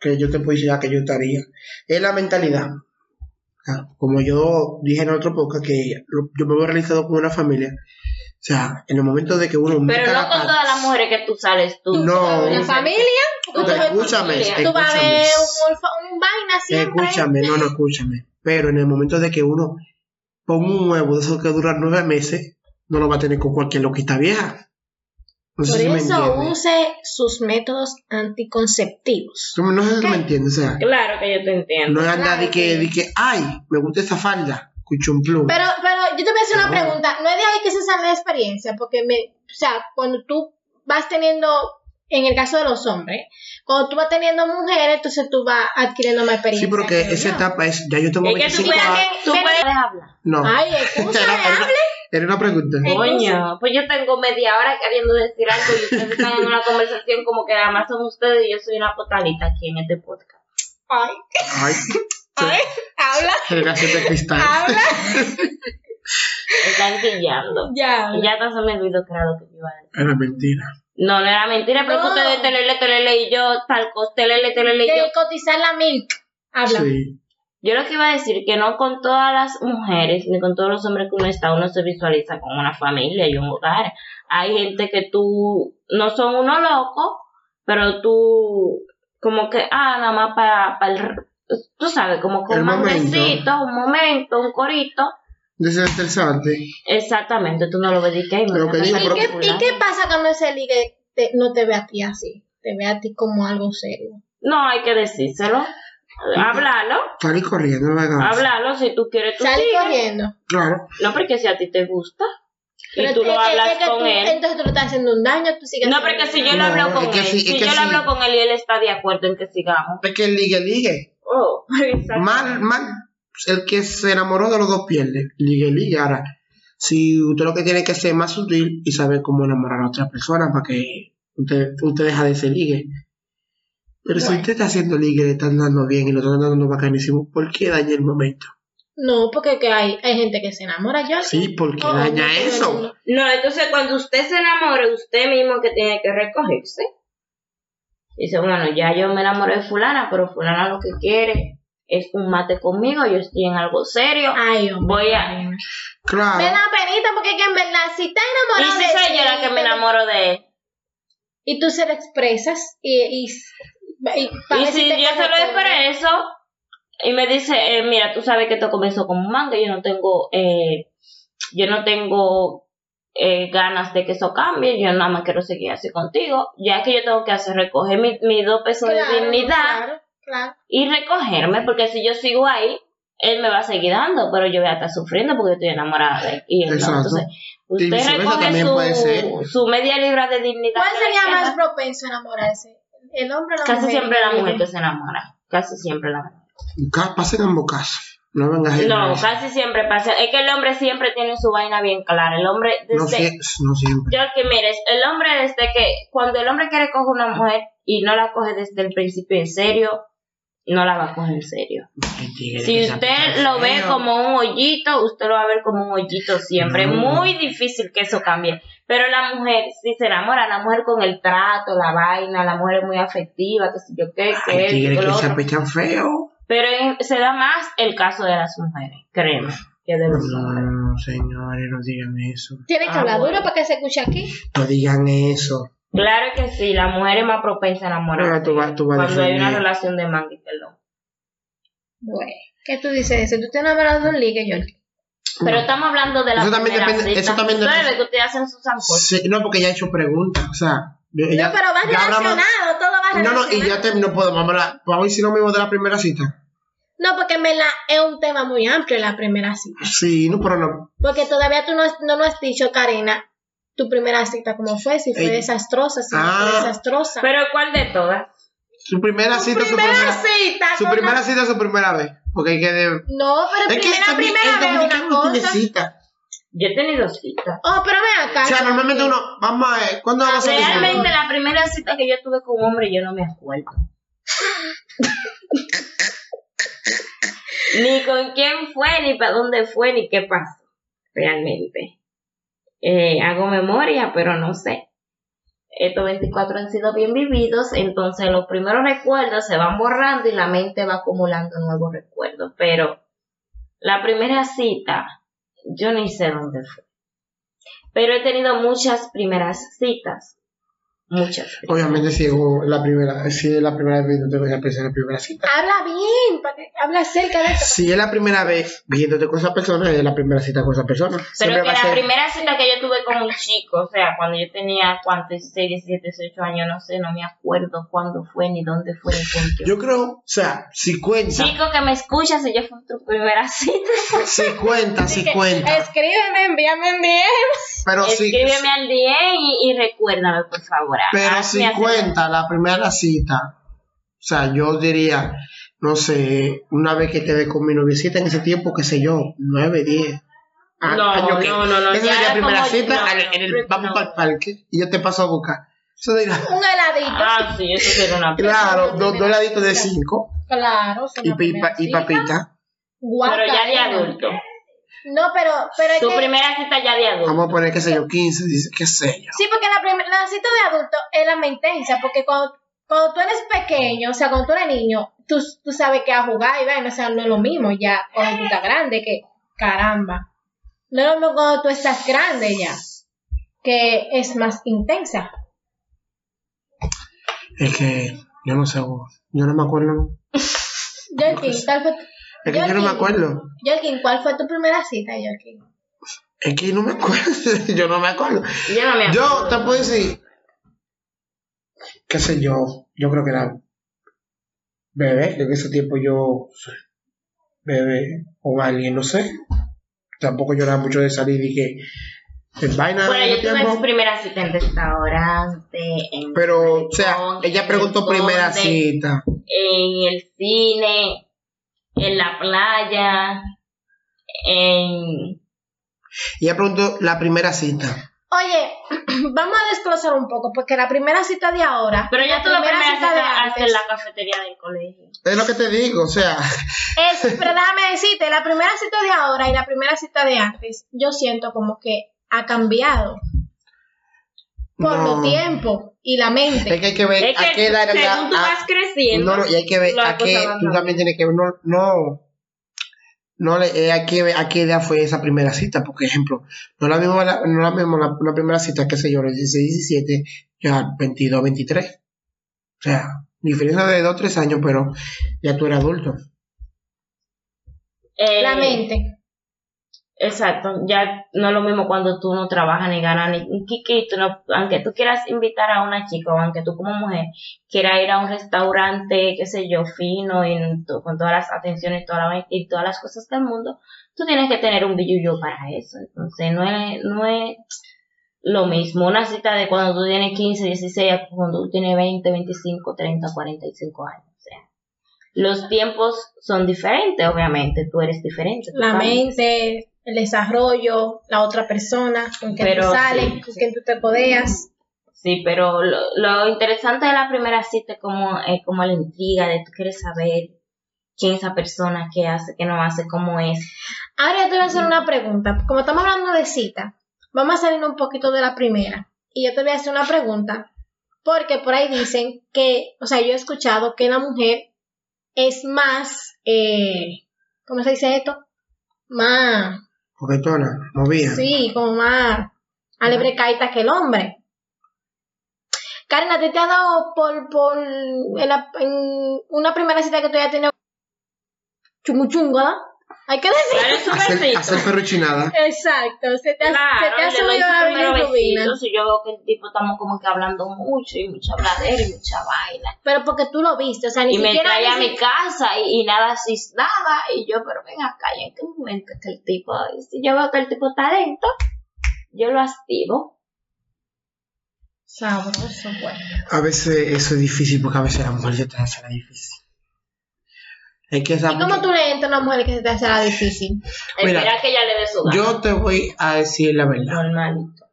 S2: que yo te puedo decir ah, que yo estaría, es la mentalidad. Ah, Como yo dije en otro podcast, que lo- yo me veo realizado con una familia. O sea, en el momento de que uno
S1: Pero
S2: meta
S1: no
S2: la
S1: con
S2: pata-
S1: todas las mujeres que tú sales tú.
S2: No.
S3: Una familia, tú,
S1: Pero
S3: vas-
S2: escúchame,
S3: tú vas a ver
S2: escúchame.
S3: un, olfa- un vaina siempre.
S2: Escúchame, no, no, escúchame. Pero en el momento de que uno ponga un huevo de esos que duran nueve meses, no lo va a tener con cualquier loquita vieja. No sé
S3: Por
S2: si me
S3: eso
S2: entiendes.
S3: use sus métodos anticonceptivos.
S2: Tú- No sé si
S3: Ok.
S2: me entiendes, o sea,
S1: Claro que yo te entiendo.
S2: no es andar de que,
S3: Claro.
S2: de que, ay, me gusta esa falda, cuchumplum.
S3: Pero, pero yo te voy a hacer una
S2: Claro.
S3: pregunta. No es de ahí que se sale la experiencia, porque me, o sea, cuando tú vas teniendo, en el caso de los hombres, cuando tú vas teniendo mujeres, entonces tú vas adquiriendo más
S2: Sí,
S3: experiencia.
S2: pero que
S3: creo
S2: esa
S3: yo.
S2: etapa es, ya yo tengo
S1: Es que tú
S2: 25
S1: puedes,
S2: años.
S1: tú
S3: Ven-
S1: puedes hablar.
S2: No,
S3: Ay, excusa,
S2: Era- era-
S3: hable.
S2: era una pregunta.
S3: Eh,
S1: Coño, pues yo tengo media hora queriendo decir algo y ustedes están en una conversación como que nada más son ustedes y yo soy una potalita aquí en este podcast.
S3: Ay,
S2: Ay,
S3: ay, habla,
S2: generación de cristal.
S3: habla.
S1: Me Están quillando.
S3: Ya.
S1: Y ya hasta se me olvidó que era lo que yo iba a decir.
S2: Era mentira.
S1: No, no era mentira, pero
S3: No.
S1: que ustedes telele, telele y yo, tal cosa, telele, telele y yo.
S3: De cotizar la milk. Habla.
S2: Sí.
S1: Yo lo que iba a decir que no con todas las mujeres ni con todos los hombres que uno está, uno se visualiza con una familia y un hogar. Hay gente que tú no son uno loco, pero tú como que, ah, nada más para, para el, tú sabes, como con
S2: El
S1: un
S2: momento.
S1: manguecito, un momento, un corito.
S2: Desestresante.
S1: Exactamente, tú no lo ves de que hay
S2: Lo que digo,
S3: ¿Y,
S2: pero- pues,
S3: qué, y qué pasa cuando ese ligue te- no te ve a ti así? Te ve a ti como algo serio.
S1: No, hay que decírselo. Háblalo,
S2: Salí corriendo, no me hagas.
S1: háblalo si tú quieres. Tú
S3: Salí
S1: sigues.
S3: corriendo.
S2: Claro.
S1: No, porque si a ti te gusta y tú
S3: es
S1: lo
S3: que-
S1: hablas
S3: es que
S1: con
S3: tú-
S1: él.
S3: Entonces tú le estás haciendo un daño, tú sigues
S1: No,
S3: haciendo
S1: porque
S3: un
S1: si yo
S3: daño.
S1: lo
S2: No,
S1: hablo con
S2: es que
S1: él,
S2: sí, es
S1: si
S2: que
S1: yo lo
S2: sí.
S1: hablo con él y él está de acuerdo en que sigamos.
S2: Es que ligue, ligue.
S1: Oh, exacto.
S2: Mal, mal. El que se enamoró de los dos pierde. Ligue, ligue. Ahora, si usted lo que tiene que ser más sutil y saber cómo enamorar a otra persona para que usted, usted deja de ser ligue. Pero si
S3: Bueno.
S2: usted está haciendo ligue, le están dando bien y lo están dando bacanísimo, ¿por qué daña el momento?
S3: No, porque que hay, hay gente que se enamora yo.
S2: Sí, porque
S3: Oh,
S2: daña
S3: no, no,
S2: eso.
S3: no, no.
S1: No, entonces cuando usted se enamore, usted mismo que tiene que recogerse. Dice, bueno, ya yo me enamoré de fulana, pero fulana lo que quiere es un mate conmigo, yo estoy en algo serio.
S3: Ay, hombre.
S1: Voy a-
S3: Karina. Me
S2: Claro.
S3: da penita porque es que en verdad, si estás
S1: Y
S3: enamorado
S1: si
S3: de
S1: soy yo la que me enamoro de él.
S3: Y tú se lo expresas y... y, y,
S1: Y
S3: parece
S1: si
S3: que te
S1: yo se lo
S3: corresponde.
S1: expreso y me dice, eh, mira, tú sabes que esto comenzó con un manga, yo no tengo, eh, yo no tengo eh, ganas de que eso cambie, yo nada más quiero seguir así contigo, ya que yo tengo que hacer recoger mi- mis dos pesos
S3: Claro,
S1: de dignidad
S3: claro, claro.
S1: y recogerme, porque si yo sigo ahí, él me va a seguir dando, pero yo voy a estar sufriendo porque estoy enamorada de él. Y él no.
S2: Exacto.
S1: entonces,
S2: Y
S1: usted
S2: viceversa
S1: recoge
S2: también puede ser.
S1: su, su media libra de dignidad.
S3: ¿Cuál
S1: que le
S3: sería
S1: queda.
S3: más propenso a enamorarse? ¿El hombre o la
S1: Casi
S3: mujer?
S1: siempre la mujer que se enamora, casi siempre la mujer.
S2: Ca- Pasen ambos casos. No vengas a
S1: No,
S2: generalizar.
S1: casi siempre pasa. Es que el hombre siempre tiene su vaina bien clara. El hombre
S2: No,
S1: desde...
S2: sie- no siempre.
S1: Yo que mires, el hombre desde que... Cuando el hombre quiere coger una mujer y no la coge desde el principio en serio, no la va a coger en serio.
S2: Qué tigre que
S1: Si
S2: se ha
S1: usted
S2: puesto
S1: lo ve
S2: feo.
S1: como un hoyito, usted lo va a ver como un hoyito siempre. Es
S2: No.
S1: Muy difícil que eso cambie. Pero la mujer, si se enamora, la mujer con el trato, la vaina, la mujer es muy afectiva, que si yo qué, que
S2: Qué
S1: esto,
S2: tigre
S1: que
S2: que
S1: lo
S2: se
S1: otro.
S2: apechan feo.
S1: Pero en- se da más el caso de las mujeres, créeme, que de
S2: Mm.
S1: los hombres.
S2: No, señores, no digan eso.
S3: Tiene que
S1: Ah,
S3: hablar
S1: bueno.
S3: duro para que se escuche aquí.
S2: No digan eso.
S1: Claro que sí, la mujer es más propensa a
S2: Ahora
S1: enamorarse
S2: tú vas, tú vas a
S1: cuando hay una
S2: defender.
S1: relación de manga y perdón.
S3: Bueno, ¿qué tú dices de eso? ¿Tú te enamoras de un ligue, Yolki?
S1: Pero
S2: No.
S1: estamos hablando de la
S2: Mm. Eso también
S1: primera
S2: depende-
S1: cita.
S2: eso también
S1: Ustedes
S2: depende-
S1: ven que ustedes hacen sus zancochos.
S2: Sí, no, porque ya he hecho preguntas. O sea, yo- ya-
S3: no, pero va
S2: ya
S3: relacionado,
S2: hablamos-
S3: todo va
S2: No,
S3: relacionado.
S2: no, y ya terminó. Podemos hablar. Vamos a decir lo mismo de la primera cita.
S3: No, porque en verdad es un tema muy amplio la primera cita.
S2: Sí, no, pero no.
S3: Porque todavía tú no, has- no nos has dicho, Karina, tu primera cita cómo fue, si fue
S2: Ey.
S3: desastrosa, si no
S2: Ah.
S3: fue desastrosa.
S1: Pero ¿cuál de todas?
S2: Su primera cita, su
S1: primera
S2: primera,
S1: cita.
S2: su
S1: con
S2: primera
S1: una-
S2: cita, su primera vez. Porque hay que de-
S3: No, pero
S2: Es que
S3: primera,
S2: también el
S3: primera vez una
S2: dominicano no tiene
S3: cosa.
S2: cita.
S1: Yo he tenido citas.
S3: Oh, pero ven acá.
S2: O sea, normalmente uno, vamos a ver, ¿cuándo vamos a salir?
S1: Realmente la primera cita que yo tuve con un hombre yo no me acuerdo. ni con quién fue, ni para dónde fue, ni qué pasó. Realmente. Eh, hago memoria, pero no sé. Estos 24 han sido bien vividos, entonces los primeros recuerdos se van borrando y la mente va acumulando nuevos recuerdos. Pero la primera cita, yo ni sé dónde fue. Pero he tenido muchas primeras citas. Muchas.
S2: Obviamente si es la primera, si es la primera vez viéndote con esa persona, la primera cita.
S3: Habla bien, para que- habla cerca de esto.
S2: Si es la primera vez viéndote con esa persona, es la primera cita con esa persona.
S1: Pero
S2: Siempre
S1: que
S2: va a
S1: la
S2: ser-
S1: primera cita que yo tuve con un chico, o sea, cuando yo tenía, ¿cuánto? 16, 17, 18 años, no sé, no me acuerdo cuándo fue, ni dónde fue, ni con quién.
S2: Yo creo, o sea, si cuenta,
S1: Chico que me escucha, si yo fue tu primera cita,
S2: si cuenta, si cuenta.
S3: Escríbeme, envíame un DM.
S2: Pero si,
S1: escríbeme al DM y, y recuérdame, por favor.
S2: pero
S1: Hazme
S2: si
S1: hacer-
S2: cuenta la primera cita, o sea, yo diría, no sé, una vez que quedé con mi noviecita en ese tiempo, qué sé yo, nueve, diez. a-
S1: No,
S2: año que-
S1: no, no, no,
S2: Esa
S1: ya
S2: sería la primera
S1: como-
S2: cita,
S1: no,
S2: al-
S1: no,
S2: en el,
S1: no.
S2: vamos para el parque y yo te paso a buscar. Eso dirá,
S3: Un heladito.
S1: Ah, sí, eso sí era una
S2: claro, dos dos heladitos de cinco
S3: Claro, es
S2: y,
S3: una
S2: pa- y pa-
S3: primera
S2: y
S3: cita.
S2: papita.
S1: Pero ya de
S3: Guacarena.
S1: adulto.
S3: No, pero, pero es
S1: Tu
S3: que-
S1: primera cita ya de adulto.
S2: Vamos a poner, qué sé yo, 15, dice, qué sé yo.
S3: Sí, porque la, prim- la cita de adulto es la más intensa, porque cuando, cuando tú eres pequeño, o sea, cuando tú eres niño, tú, tú sabes que a jugar y vaina, o sea, no es lo mismo ya cuando tú estás grande, que caramba. No es lo mismo cuando tú estás grande ya, que es más intensa.
S2: Es que yo no sé, vos. yo no me acuerdo.
S3: Jorkin, ¿cuál fue,
S2: Pues, Es que yo no me acuerdo.
S3: Jorkin, ¿cuál fue tu primera cita, Jorkin?
S2: Es que no me acuerdo. yo no me acuerdo.
S1: Yo no me acuerdo.
S2: Yo te puedo decir. ¿Qué sé yo? Yo creo que era bebé. En ese tiempo yo. Bebé o alguien, no sé. Tampoco yo era mucho de salir y que. En vaina.
S1: Bueno,
S2: en
S1: yo
S2: ese
S1: tuve mi
S2: tiempo.
S1: primera cita en restaurante, en
S2: Pero, o sea,
S1: Con-
S2: ella preguntó
S1: con-
S2: primera
S1: de-
S2: cita.
S1: en el cine, en la playa, en...
S2: Ella preguntó la primera cita.
S3: Oye, vamos a desglosar un poco, porque la primera cita de ahora.
S1: Pero
S3: y
S1: yo tuve primera cita, hasta en
S3: antes,
S1: la cafetería del colegio.
S2: Es lo que te digo, o sea.
S3: Es, pero déjame decirte, la primera cita de ahora y la primera cita de antes, yo siento como que ha cambiado por
S2: no.
S3: los tiempos y la mente.
S2: Es que hay que ver
S1: Es
S2: a qué
S1: que
S2: edad era la-
S1: según tú
S2: a-
S1: vas creciendo,
S2: No, no, y hay que ver
S1: las
S2: a qué,
S1: cosas van
S2: tú
S1: cambiando.
S2: también tienes que ver, no, no, no le, eh, hay que ver a qué edad fue esa primera cita, porque ejemplo, no la misma, la- no la misma, la, la primera cita, qué sé yo, los 16, 17, ya 22, 23, o sea, diferencia de 2, 3 años, pero ya tú eres adulto.
S1: Eh,
S3: La mente.
S1: Exacto, ya no es lo mismo cuando tú no trabajas ni ganas ni un quiquito, no- aunque tú quieras invitar a una chica o aunque tú como mujer quieras ir a un restaurante, qué sé yo, fino y en to- con todas las atenciones toda la vaina y todas las cosas del mundo, tú tienes que tener un billuyo para eso. Entonces no es, no es lo mismo una cita de cuando tú tienes 15, 16, a cuando tú tienes 20, 25, 30, 45 años. O sea, los tiempos son diferentes, obviamente, tú eres diferente. tú
S3: La
S1: cambias.
S3: mente, el desarrollo, la otra persona con quien
S1: Pero
S3: tú sales,
S1: sí,
S3: con
S1: sí.
S3: quien tú te codeas.
S1: Sí, pero lo, lo interesante de la primera cita es como, es como la intriga de tú quieres saber quién es esa persona, qué hace, qué no hace, cómo es.
S3: Ahora yo te voy a hacer una pregunta. Como estamos hablando de cita, vamos a salir un poquito de la primera. Y yo te voy a hacer una pregunta. Porque por ahí dicen que, o sea, yo he escuchado que la mujer es más, eh, ¿cómo se dice esto? Más,
S2: Coquetona, movía.
S3: sí, como más alegre caita que el hombre. Karen, ¿a ti te ha dado por, por en la- en una primera cita que tú ya tenido chumuchungo, ¿no? Hay que decir.
S1: Claro, es un
S2: Hacer,
S1: besito.
S2: hacer perruchinada.
S3: Exacto, se te ha, se te ha
S1: Claro, yo doy
S3: subido
S1: su
S3: la
S1: primer
S3: bilirrubina.
S1: besito, si yo veo que el tipo estamos como que hablando mucho y mucha bladera y mucha vaina.
S3: Pero porque tú lo viste, o sea, ni
S1: Y me
S3: siquiera.
S1: trae a
S3: ni
S1: mi casa y, y nada así, nada. Y yo, pero ven acá, ¿y en qué momento es que el tipo, si yo veo que el tipo está lento, yo lo activo.
S3: Sabroso, pues.
S2: A veces eso es difícil porque a veces la mujer se te hace la difícil. Es que esa
S3: ¿Y cómo tú le entras a una mujer que se te hace la difícil?
S2: Mira,
S1: Espera que ella le dé su gana.
S2: Yo te voy a decir la verdad.
S1: Normalito.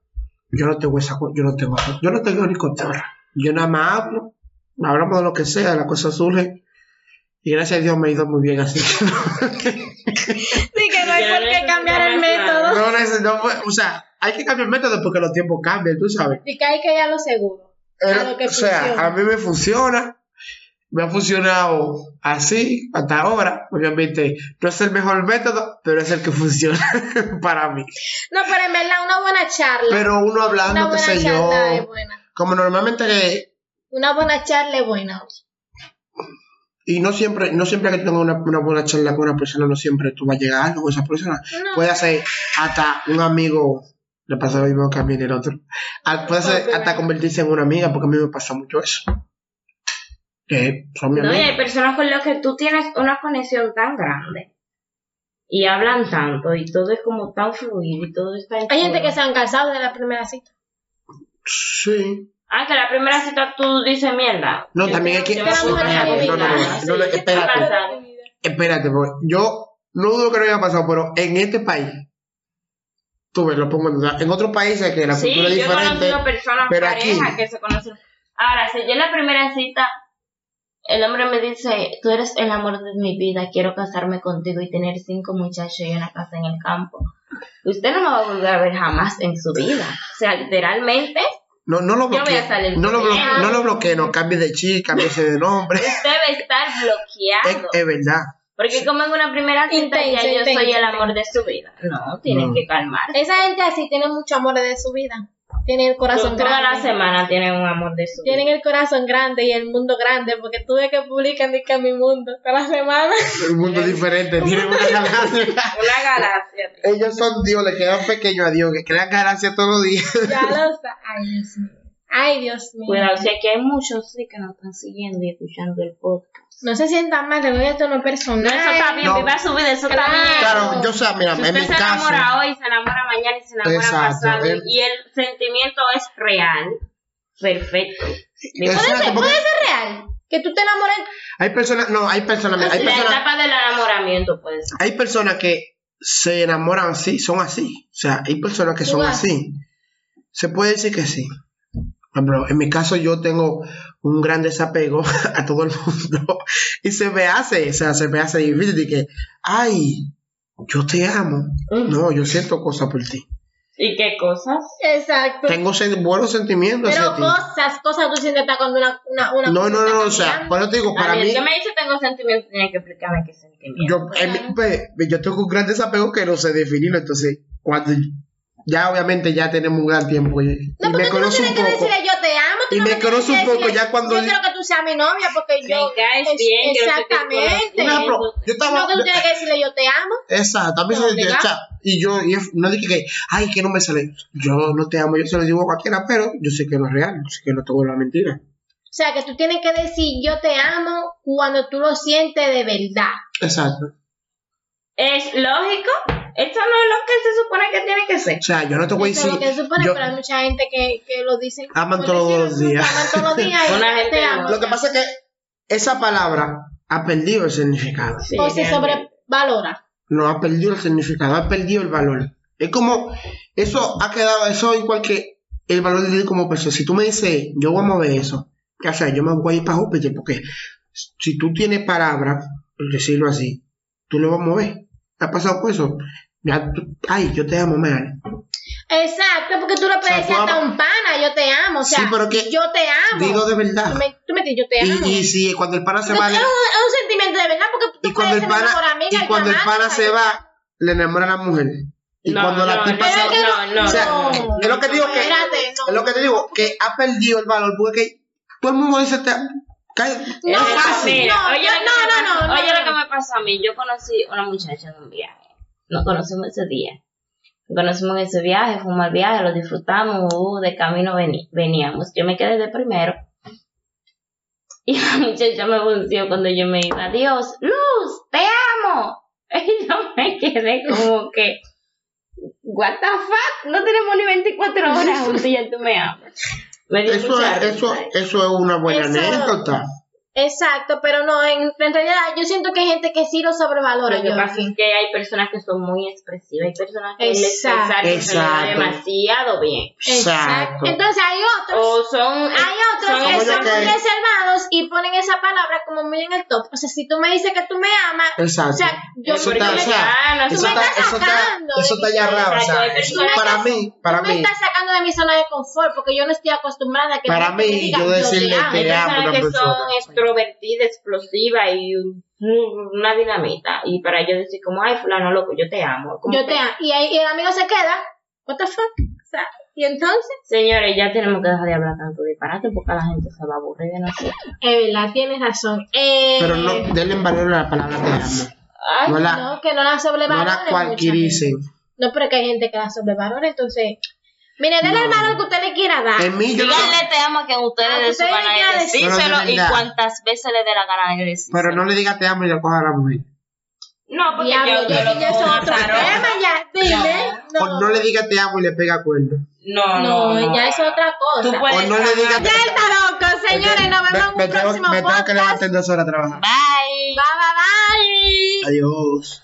S2: Yo no tengo esa co- yo no tengo yo no tengo ni cotorra. Yo nada más hablo, hablamos de lo que sea, la cosa surge. Y gracias a Dios me ha ido muy bien así. que
S3: Sí, que no hay
S1: Ya
S3: por
S1: ves,
S3: qué cambiar el
S1: ya ves,
S3: método.
S2: no, no, es- no fue- o sea, hay que cambiar el método porque los tiempos cambian, tú sabes.
S3: Y que hay que ir a lo seguro. A lo que
S2: Eh, o sea,
S3: Ah, funciona.
S2: a mí me funciona. Me ha funcionado así hasta ahora. Obviamente, no es el mejor método, pero es el que funciona para mí.
S3: No, pero en verdad, una buena charla.
S2: Pero uno
S3: una
S2: hablando, qué
S3: buena
S2: sé yo,
S3: charla eh, es buena.
S2: como normalmente
S3: Una buena charla es buena.
S2: Y no siempre, no siempre que tengas una, una buena charla con una persona, no siempre tú vas a llegar a algo con esa persona.
S3: No.
S2: Puede ser hasta un amigo, le pasa lo mismo que a mí en el otro. Ah, Puede ser hasta convertirse en una amiga, porque a mí me pasa mucho eso. Que son mi
S1: No, y
S2: amiga.
S3: eh,
S1: hay personas con las que tú tienes una conexión tan grande. Y hablan tanto, y todo es como tan fluido, y todo es tan
S3: Hay gente
S1: chulo.
S3: que se han casado de la primera cita.
S2: Sí.
S1: Ah, que la primera cita tú dices mierda.
S2: No, también es que.
S1: Yo
S3: Te vamos
S2: no,
S3: a
S2: no, no, no, no,
S1: Sí,
S2: no, no,
S1: ¿qué te
S2: espérate,
S1: pasa?
S2: espérate, porque yo no dudo que no haya pasado, pero en este país, tú ves, lo pongo en duda. En otros países que la
S1: Sí,
S2: cultura es
S1: yo he
S2: diferente.
S1: conocido personas,
S2: pero
S1: parejas
S2: aquí-
S1: que se conocen. Ahora, si yo en la primera cita, el hombre me dice, tú eres el amor de mi vida, quiero casarme contigo y tener cinco muchachos y una casa en el campo. Usted no me va a volver a ver jamás en su vida. O sea, literalmente,
S2: No, no lo
S1: Yo voy a
S2: bloqueé.
S1: salir
S2: No lo
S1: con
S2: bloqueé,
S1: él.
S2: no lo bloqueé, no cambie de chica, cambie de nombre.
S1: usted debe estar
S2: es,
S1: bloqueado.
S2: es verdad.
S1: Porque como en una primera cita ya
S3: Intenso,
S1: yo soy
S3: intenso,
S1: el amor de su vida. No, tienen
S2: No.
S1: que calmar.
S3: Esa gente así tiene mucho amor de su vida. Tiene el corazón
S1: Toda la
S3: grande.
S1: semana tienen un amor de su vida.
S3: Tienen el corazón grande y el mundo grande, porque tú ves que publican de que mi mundo toda la semana.
S2: El mundo es diferente, tiene mucha ganancia.
S1: Una galaxia.
S2: Ellos son Dios, le quedan pequeños a Dios, que crean ganancia todos los días.
S3: ya lo sa- Ay, Dios mío. Ay, Dios mío.
S1: Cuidado, si aquí hay muchos sí que nos están siguiendo y escuchando el podcast.
S3: No se sientan mal, le voy a tono personal.
S1: eso está bien,
S2: no.
S1: viva su vida, eso está bien.
S2: Claro, yo sé, mira,
S1: Si
S2: en
S1: usted
S2: mi
S1: se
S2: caso,
S1: enamora hoy, se enamora mañana y se enamora
S2: Exacto,
S1: pasado.
S2: eh.
S1: Y el sentimiento es real. Perfecto. Viva-
S3: Puede
S2: Exacto,
S3: ser,
S2: porque
S3: puede ser real. Que tú te enamores.
S2: hay personas, no, hay personas, mira, hay
S1: la
S2: personas,
S1: etapa del enamoramiento pues? puede ser.
S2: hay personas que se enamoran así, son así. O sea, hay personas que son
S3: Igual.
S2: así. Se puede decir que sí. Por ejemplo, en mi caso yo tengo un gran desapego a todo el mundo y se me hace, o sea, se me hace difícil de que, ay, yo te amo.
S3: Mm.
S2: No, yo siento cosas por ti.
S1: ¿Y qué cosas?
S3: Exacto.
S2: Tengo sen- buenos sentimientos
S3: Pero
S2: hacia ti.
S3: cosas, cosas tú sientes está cuando una, una, una
S2: No,
S3: cosa
S2: no,
S3: está
S2: no, o sea,
S3: cambiando.
S2: por eso te digo, para
S1: También,
S2: mí,
S1: que me dice tengo sentimientos, tiene que explicarme qué sentimiento.
S2: yo, en mi- pues, yo tengo un gran desapego que no sé definirlo. Entonces, cuando ya obviamente ya tenemos un gran tiempo y, y
S3: No, porque
S2: me
S3: tú no
S2: conozco
S3: tienes
S2: un
S3: que
S2: poco.
S3: decirle yo te amo. tú
S2: Y
S3: no
S2: me
S3: tienes
S2: conoce
S3: que
S2: un poco,
S3: decirle,
S2: ya cuando-
S3: Yo quiero que tú seas mi novia porque
S1: Me
S3: yo.
S1: caes
S3: es-
S1: bien, quiero que te conozca.
S3: Exactamente.
S2: Un ejemplo, yo
S3: No
S2: estaba.
S3: que tú tienes que decirle yo te amo.
S2: Exacto, a mí se
S3: No,
S2: me
S3: ¿verdad?
S2: echa, Y yo, y es- no dije que, ay, que no me sale. Yo no te amo, yo se lo digo a cualquiera, pero yo sé que no es real, yo sé que no te vuelvo a mentir.
S3: O sea, que tú tienes que decir yo te amo cuando tú lo sientes de verdad.
S2: Exacto.
S1: Es lógico. Esto no es lo que se supone que tiene que ser.
S2: O sea, yo no te voy a
S3: Eso es
S2: decir.
S3: lo que se supone,
S2: yo-
S3: pero hay mucha gente que, que lo dice.
S2: Aman
S3: por
S2: todos
S3: decirlo,
S2: los días.
S3: Aman todos los días.
S1: Una
S3: y
S1: gente
S3: te
S1: no.
S3: amo.
S2: Lo que pasa es que esa palabra ha perdido el significado.
S1: Sí,
S3: o se
S1: realmente.
S3: sobrevalora.
S2: No ha perdido el significado, ha perdido el valor. Es como, eso ha quedado, eso igual que el valor de ti como persona. Si tú me dices, yo voy a mover eso, ya sea, yo me voy a ir para Júpiter, porque si tú tienes palabras, por decirlo así, tú lo vas a mover. ¿Te ha pasado con eso? Ya tú- ay, yo te amo, man.
S3: Exacto, porque tú le
S2: sea,
S3: puedes decir
S2: tú
S3: hasta
S2: amas-
S3: un pana, yo te amo. O sea,
S2: Sí, pero que-
S3: yo te amo.
S2: Digo de verdad.
S3: tú, me, tú me dices, yo te
S2: Y,
S3: amo.
S2: y si cuando el pana se
S3: No,
S2: va,
S3: es, un, es un sentimiento de verdad porque tú
S2: y cuando
S3: puedes
S2: el
S3: ser mi
S2: pana,
S3: mejor amiga
S2: y cuando el
S3: tu amante,
S2: pana se
S3: o sea,
S2: va, le enamora a la mujer. Y
S1: No,
S2: cuando la
S1: no,
S2: tipa se
S1: no,
S2: va,
S1: no, no,
S2: o sea,
S1: no.
S2: es lo que digo que
S3: Espérate, no.
S2: es lo que te digo que ha perdido el valor porque todo el mundo dice te cae-
S3: No,
S2: es
S1: Oye,
S2: fácil.
S1: mira,
S3: no,
S1: oye,
S3: yo-
S1: lo que
S3: no,
S1: me
S3: no,
S1: pasó-
S3: no,
S1: Oye,
S3: no.
S1: lo que me pasó a mí. Yo conocí una muchacha en un viaje. Nos conocimos ese día. Nos conocimos en ese viaje, fuimos al viaje, lo disfrutamos, uh, de camino veni- veníamos. Yo me quedé de primero. Y la muchacha me volteó cuando yo me iba. Dios, Luz, te amo. Y yo me quedé como que, what the fuck, no tenemos ni 24 horas juntos y ya tú me amas. Me dio
S2: Eso,
S1: mucha
S2: es- eso,
S1: risa.
S2: eso es una buena
S3: Eso-
S2: anécdota.
S3: Exacto, pero no, en, en realidad yo siento que hay gente que sí lo sobrevalora.
S1: Lo que
S3: yo.
S1: pasa es que hay personas que son muy expresivas, hay personas que les
S3: Exacto.
S1: expresan que se le da
S2: Exacto.
S1: demasiado bien.
S2: Exacto.
S3: Entonces hay otros,
S1: O son...
S3: hay otros
S1: son
S3: que
S2: como yo
S3: son muy
S2: que-
S3: reservados y ponen esa palabra como muy en el top. O sea, si tú me dices que tú me amas, o
S2: Exacto.
S3: sea, yo
S2: Eso
S3: porque
S2: está, o
S3: me-
S2: sea,
S1: Ah, no,
S2: eso
S1: tú me
S2: está,
S3: estás
S2: eso está,
S3: sacando
S2: eso
S3: de
S2: está
S3: mi-
S2: ya raro, o
S1: Exacto,
S2: sea,
S1: hay personas
S2: eso- para
S3: que-
S2: mí, para
S3: me
S2: mí,
S3: estás sacando de mi zona de confort porque yo no estoy acostumbrada a que
S2: Para
S3: tú me
S2: mí,
S3: digas,
S2: yo
S3: te
S2: decirle
S3: amo.
S1: Hay
S2: que amo
S1: personas
S2: a una
S1: que son
S2: persona.
S1: extrovertidas, explosivas y un- una dinamita. Y para ellos decir como, ay, fulano loco, yo te amo. Como
S3: Yo
S1: que-
S3: te amo. Y, ahí- y el amigo se queda. What the fuck? O sea, y entonces,
S1: Señores, ya tenemos que dejar de hablar tanto disparate porque la gente se va a aburrir de nosotros.
S3: es verdad, eh, tienes razón. Eh,
S2: pero no, denle valor a la palabra te amo.
S1: Ay,
S2: No la,
S3: no, que no la
S2: no
S3: sobrevaloren.
S2: la
S3: mucha gente.
S2: cualquiericen.
S3: No, pero que hay gente que la sobrevalora, entonces. Mire, denle el valor que usted le quiera dar.
S2: En mí yo no,
S5: Díganle te amo que
S3: Ah,
S5: ustedes de su
S3: ustedes
S5: gana
S3: ya
S5: de
S3: deciden.
S5: decírselo
S2: No, no, de
S5: y
S2: verdad.
S5: cuantas veces le dé la gana de decírselo.
S2: pero no le diga te amo y le coja a la mujer.
S1: no, porque
S3: Diablo,
S1: yo, yo
S3: ya
S1: lo
S3: ya son
S1: cojo
S3: otros
S1: tarot.
S3: temas, ya. Dile.
S2: O
S3: No,
S2: Pues no le diga te amo y le pega cuerno.
S1: No,
S3: no,
S1: no, no.
S3: ya es otra
S1: Tú
S3: cosa.
S1: puedes
S2: O no le diga
S1: amar.
S3: Ya está loco, señores. Nos vemos en un
S2: me, me tengo,
S3: próximo
S2: me tengo que
S3: podcast.
S2: levantar en dos horas a trabajar.
S5: Bye.
S3: Bye, bye, bye.
S2: Adiós.